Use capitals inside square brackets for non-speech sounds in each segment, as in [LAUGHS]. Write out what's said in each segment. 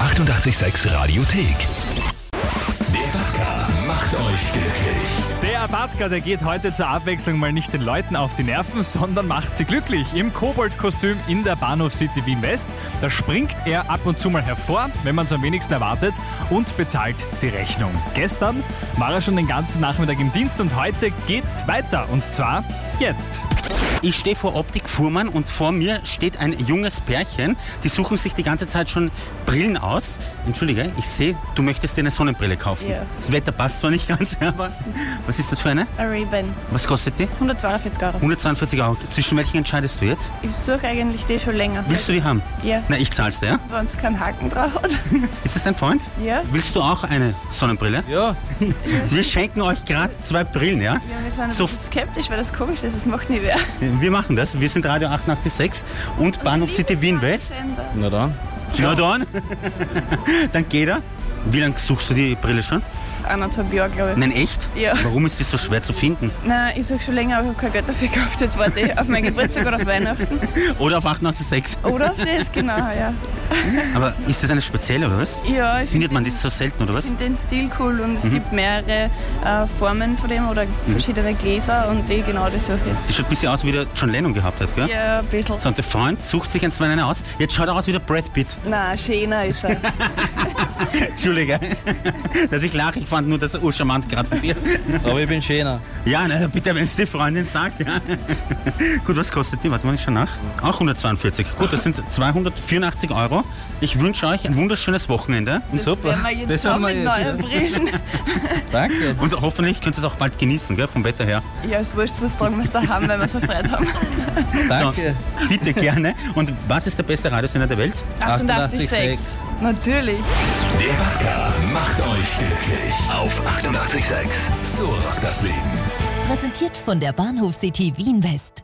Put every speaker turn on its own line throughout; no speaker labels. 886 Radiothek. Der Batka macht euch glücklich.
Der Batka, der geht heute zur Abwechslung mal nicht den Leuten auf die Nerven, sondern macht sie glücklich. Im Kobold-Kostüm in der Bahnhof City Wien West. Da springt er ab und zu mal hervor, wenn man es am wenigsten erwartet, und bezahlt die Rechnung. Gestern war er schon den ganzen Nachmittag im Dienst und heute geht's weiter. Und zwar jetzt.
Ich stehe vor Optik Fuhrmann und vor mir steht ein junges Pärchen. Die suchen sich die ganze Zeit schon Brillen aus. Entschuldige, ich sehe, du möchtest dir eine Sonnenbrille kaufen.
Ja.
Das Wetter passt zwar nicht [LAUGHS] ganz, aber was ist das für eine?
Ein Ray-Ban.
Was kostet die?
142 Euro.
142 Euro. Zwischen welchen entscheidest du jetzt?
Ich suche eigentlich die schon länger.
Willst du die haben?
Ja.
Na, ich zahl's dir. ja?
Wenn es keinen Haken drauf
[LAUGHS]
hat.
Ist das dein Freund?
Ja.
Willst du auch eine Sonnenbrille?
Ja,
[LAUGHS] Wir schenken euch gerade zwei Brillen, ja?
Ja, wir sind ein
So-
bisschen skeptisch, weil das komisch ist. Das macht nie wer.
Wir machen das. Wir sind Radio 886 und Bahnhof City Wien West.
Sender.
na dann.
Na dann. [LAUGHS] dann geht er. Wie lange suchst du die Brille schon?
Anderthalb Jahre, glaube ich.
Nein, echt?
Ja.
Warum ist die so schwer zu finden?
Nein, ich suche schon länger, aber ich habe kein Geld dafür gehabt. Jetzt warte ich auf meinen Geburtstag oder auf Weihnachten.
Oder auf 886.
Oder auf das, genau, ja.
Aber ist das eine spezielle oder was?
Ja,
Findet Mhm.
ich find
man
den-
das so selten oder was?
Ich finde den Stil cool und es gibt mehrere äh, Formen von dem oder
Mhm.
verschiedene Gläser und die genau das suche
Die schaut ein bisschen aus, wie der John Lennon gehabt hat, gell?
ich. Ja, ein bisschen.
So, und der Freund sucht sich ein Zweiner aus. Jetzt schaut er aus wie der Brad Pitt. [LAUGHS]
Nein, schöner ist er.
Entschuldige, [LAUGHS] dass ich lache. Ich fand nur das urcharmant gerade von dir.
Aber ich bin schöner.
Ja, na, bitte, wenn es die Freundin sagt, ja. [LAUGHS] Gut, was kostet die? Warte mal, ich schau nach. Auch 142. Gut, das sind 284 Euro. Ich wünsche euch ein wunderschönes Wochenende.
Super.
Das werden wir
Das
jetzt haben
haben wir
mit
jetzt,
neuen Brillen.
Danke.
Und hoffentlich könnt ihr es auch bald genießen, gell, vom Wetter her.
Ja, es wurscht, das tragen wir es daheim, weil wir so Freude haben.
Danke.
Bitte gerne. Und was ist der beste Radiosender der Welt?
88,6. Natürlich.
Der Batka macht euch glücklich. Auf 886 So rockt das Leben.
Präsentiert von der Bahnhof City Wien West.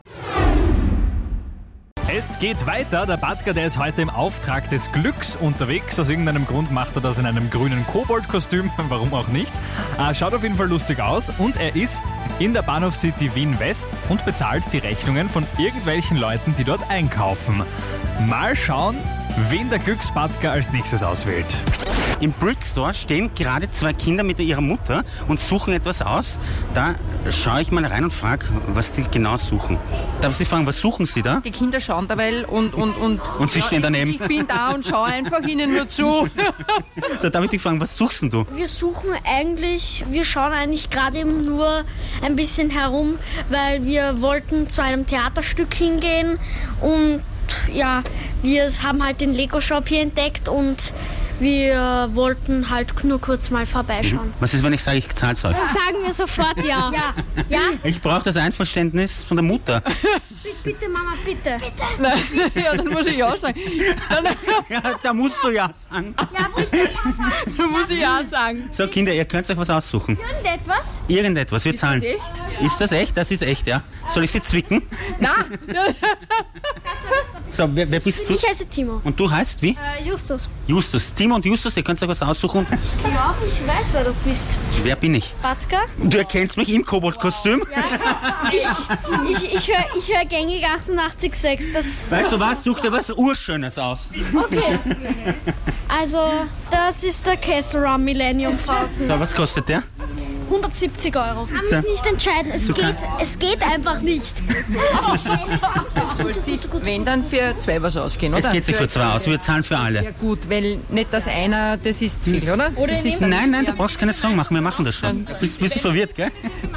Es geht weiter. Der Batka, der ist heute im Auftrag des Glücks unterwegs. Aus irgendeinem Grund macht er das in einem grünen Kobold-Kostüm. [LAUGHS] Warum auch nicht. Äh, schaut auf jeden Fall lustig aus. Und er ist in der Bahnhof City Wien West und bezahlt die Rechnungen von irgendwelchen Leuten, die dort einkaufen. Mal schauen, wen der Glücksbatka als nächstes auswählt.
Im Brickstore stehen gerade zwei Kinder mit ihrer Mutter und suchen etwas aus. Da schaue ich mal rein und frage, was die genau suchen. Darf ich Sie fragen, was suchen Sie da?
Die Kinder schauen dabei und und und.
[LAUGHS] Und Sie stehen daneben.
Ich, ich bin da und schaue einfach ihnen nur zu.
So, darf ich dich fragen, was suchst denn du?
Wir suchen eigentlich, wir schauen eigentlich gerade eben nur ein bisschen herum, weil wir wollten zu einem Theaterstück hingehen und ja, wir haben halt den Lego-Shop hier entdeckt und wir wollten halt nur kurz mal vorbeischauen.
Was ist, wenn ich sage, ich zahl's euch?
[LAUGHS] Sagen wir sofort ja. Ja, ja?
Ich brauche das Einverständnis von der Mutter. [LAUGHS]
bitte Mama, bitte. Bitte.
Nein, [LAUGHS] ja, dann muss ich ja sagen. Dann,
Ja, da musst du ja sagen.
Ja, bitte. Ja, sagen
dann muss ich ja sagen.
So, Kinder, ihr könnt euch was aussuchen.
etwas.
Irgendetwas, wir zahlen.
echt?
Ist das echt? Das ist echt, ja. Soll ich sie zwicken?
Nein,
So, wer, wer bist du?
Ich heiße Timo.
Und du heißt wie?
Justus.
Justus. Timo und Justus, ihr könnt euch was aussuchen.
Ja, ich weiß, wer du bist.
Wer bin ich?
Batka?
Du erkennst mich im Koboldkostüm.
Ich, ich, ich höre ich hör gängig 88,6. Das
Weißt du was? Such dir was Urschönes aus.
Okay. Also, das ist der Kessel Run Millennium Falcon.
So, was kostet der?
170 Euro. Kann
So.
es nicht entscheiden. Es geht, es geht einfach nicht.
sollte sich, wenn dann für zwei was ausgehen, oder?
Es geht sich für zwei aus. Wir zahlen für
Ja
alle.
gut, weil nicht das einer, das ist zu viel, oder? Oder das ist
Nein, nein, du brauchst keine Sorgen machen. Wir machen das schon. Bist bist du verwirrt, gell?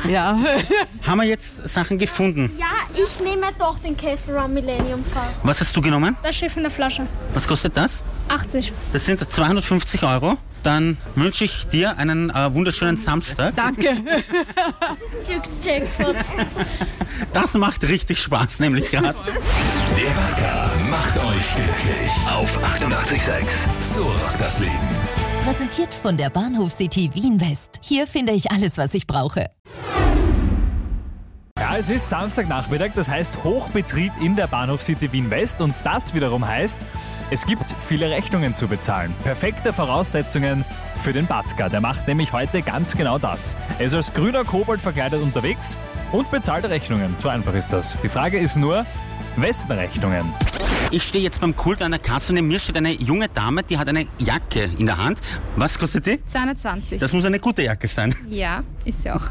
Ja. [LAUGHS]
Haben wir jetzt Sachen gefunden?
[LAUGHS] Ja, ich nehme doch den Kessel Run Millennium Falcon.
Was hast du genommen?
Das Schiff in der Flasche.
Was kostet das?
80.
Das sind 250 Euro. Dann wünsche ich dir einen äh, wunderschönen Samstag.
Danke.
Glücksjackpot.
Das macht richtig Spaß, nämlich gerade.
Der Batka macht euch glücklich. Auf 886 So rockt das Leben.
Präsentiert von der Bahnhof City Wien West. Hier finde ich alles, was ich brauche.
Ja, es ist Samstagnachmittag, das heißt Hochbetrieb in der Bahnhof City Wien West und das wiederum heißt, es gibt viele Rechnungen zu bezahlen. Perfekte Voraussetzungen für den Batka. Der macht nämlich heute ganz genau das. Er ist als grüner Kobold verkleidet unterwegs und bezahlt Rechnungen. So einfach ist das. Die Frage ist nur, wessen Rechnungen?
ich stehe jetzt beim Kult an der Kasse und neben mir steht eine junge Dame, die hat eine Jacke in der Hand. Was kostet die?
220.
Das muss eine gute Jacke sein.
ja, ist sie auch.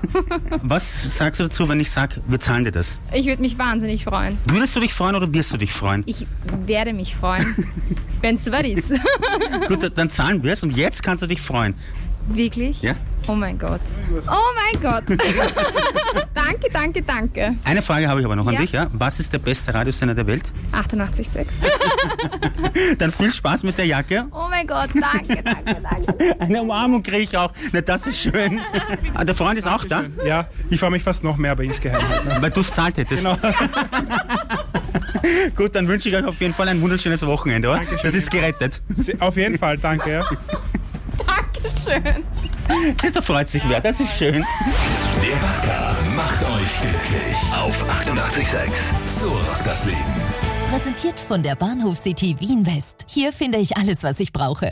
Was sagst du dazu, wenn ich sage, wir zahlen dir das?
Ich würde mich wahnsinnig freuen.
Würdest du dich freuen oder wirst du dich freuen?
Ich werde mich
[LAUGHS]
freuen, wenn es soweit ist.
Gut, dann zahlen wir es und jetzt kannst du dich freuen.
Wirklich?
Ja?
Oh mein Gott. Oh mein Gott. [LAUGHS] danke, danke, danke.
Eine Frage habe ich aber noch an
Ja.
dich. Ja? Was ist der beste Radiosender der Welt?
88,6.
Dann viel Spaß mit der Jacke.
Oh mein Gott, danke, danke, danke.
Eine Umarmung kriege ich auch. Na, das ist
[LAUGHS]
schön. Ah, Der Freund ist auch da,
Ja, ich freue mich fast noch mehr bei insgeheim.
[LAUGHS]
weil du es zahlt hättest.
Genau.
[LAUGHS] Gut, dann wünsche ich euch auf jeden Fall ein wunderschönes Wochenende. Oder?
Dankeschön.
Das ist gerettet.
Auf jeden Fall, danke. Ja.
Dankeschön.
Da freut sich wer. Das ist schön.
Der Batka macht euch glücklich. Auf 88,6. Surf das Leben.
Präsentiert von der Bahnhof City Wien West. Hier finde ich alles, was ich brauche.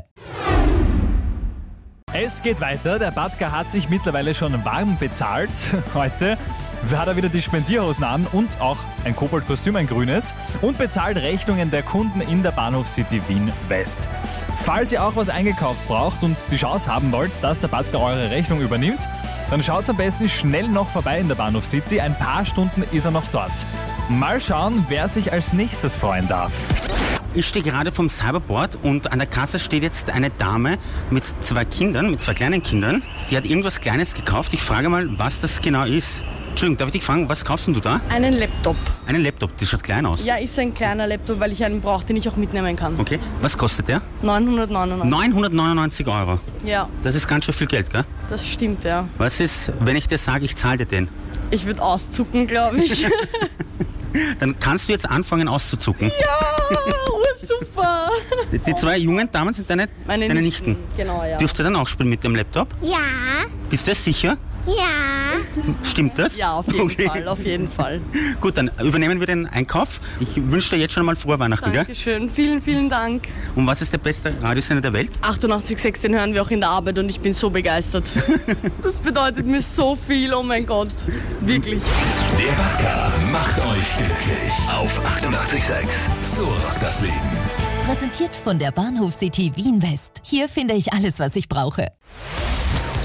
Es geht weiter. Der Badka hat sich mittlerweile schon warm bezahlt. [LAUGHS] Heute hat er wieder die Spendierhosen an und auch ein Koboldkostüm, ein grünes. Und bezahlt Rechnungen der Kunden in der Bahnhof City Wien West. Falls ihr auch was eingekauft braucht und die Chance haben wollt, dass der Badka eure Rechnung übernimmt, dann schaut am besten schnell noch vorbei in der Bahnhof City. Ein paar Stunden ist er noch dort. Mal schauen, wer sich als nächstes freuen darf.
Ich stehe gerade vom Cyberboard und an der Kasse steht jetzt eine Dame mit zwei Kindern, mit zwei kleinen Kindern. Die hat irgendwas Kleines gekauft. Ich frage mal, was das genau ist. Entschuldigung, darf ich dich fragen, was kaufst denn du da?
Einen Laptop.
Einen Laptop, der schaut klein aus.
Ja, ist ein kleiner Laptop, weil ich einen brauche, den ich auch mitnehmen kann.
Okay, was kostet der?
999.
999 Euro.
Ja,
Das ist ganz schön viel Geld, gell?
das stimmt, ja.
Was ist, wenn ich dir sage, ich zahle dir den?
Ich würde auszucken, glaube ich. ja,
Dann kannst du jetzt anfangen auszuzucken.
oh, super.
Die, die zwei jungen Damen sind deine,
Meine
deine
Nichten,
Nichten.
genau, ja.
Dürft ihr dann auch spielen mit dem Laptop?
Ja,
Bist du sicher?
ja.
Stimmt das?
Ja, auf jeden
Okay.
Fall, auf jeden Fall.
Gut, dann übernehmen wir den Einkauf. Ich wünsche dir jetzt schon mal frohe Weihnachten, gell?
Dankeschön, vielen, vielen Dank.
Und was ist der beste Radiosender der Welt?
88,6, den hören wir auch in der Arbeit und ich bin so begeistert. Das bedeutet mir so viel, oh mein Gott. Wirklich.
Der Batka macht euch glücklich. Auf 88,6. Surf das Leben.
Präsentiert von der Bahnhof City Wien West. Hier finde ich alles, was ich brauche.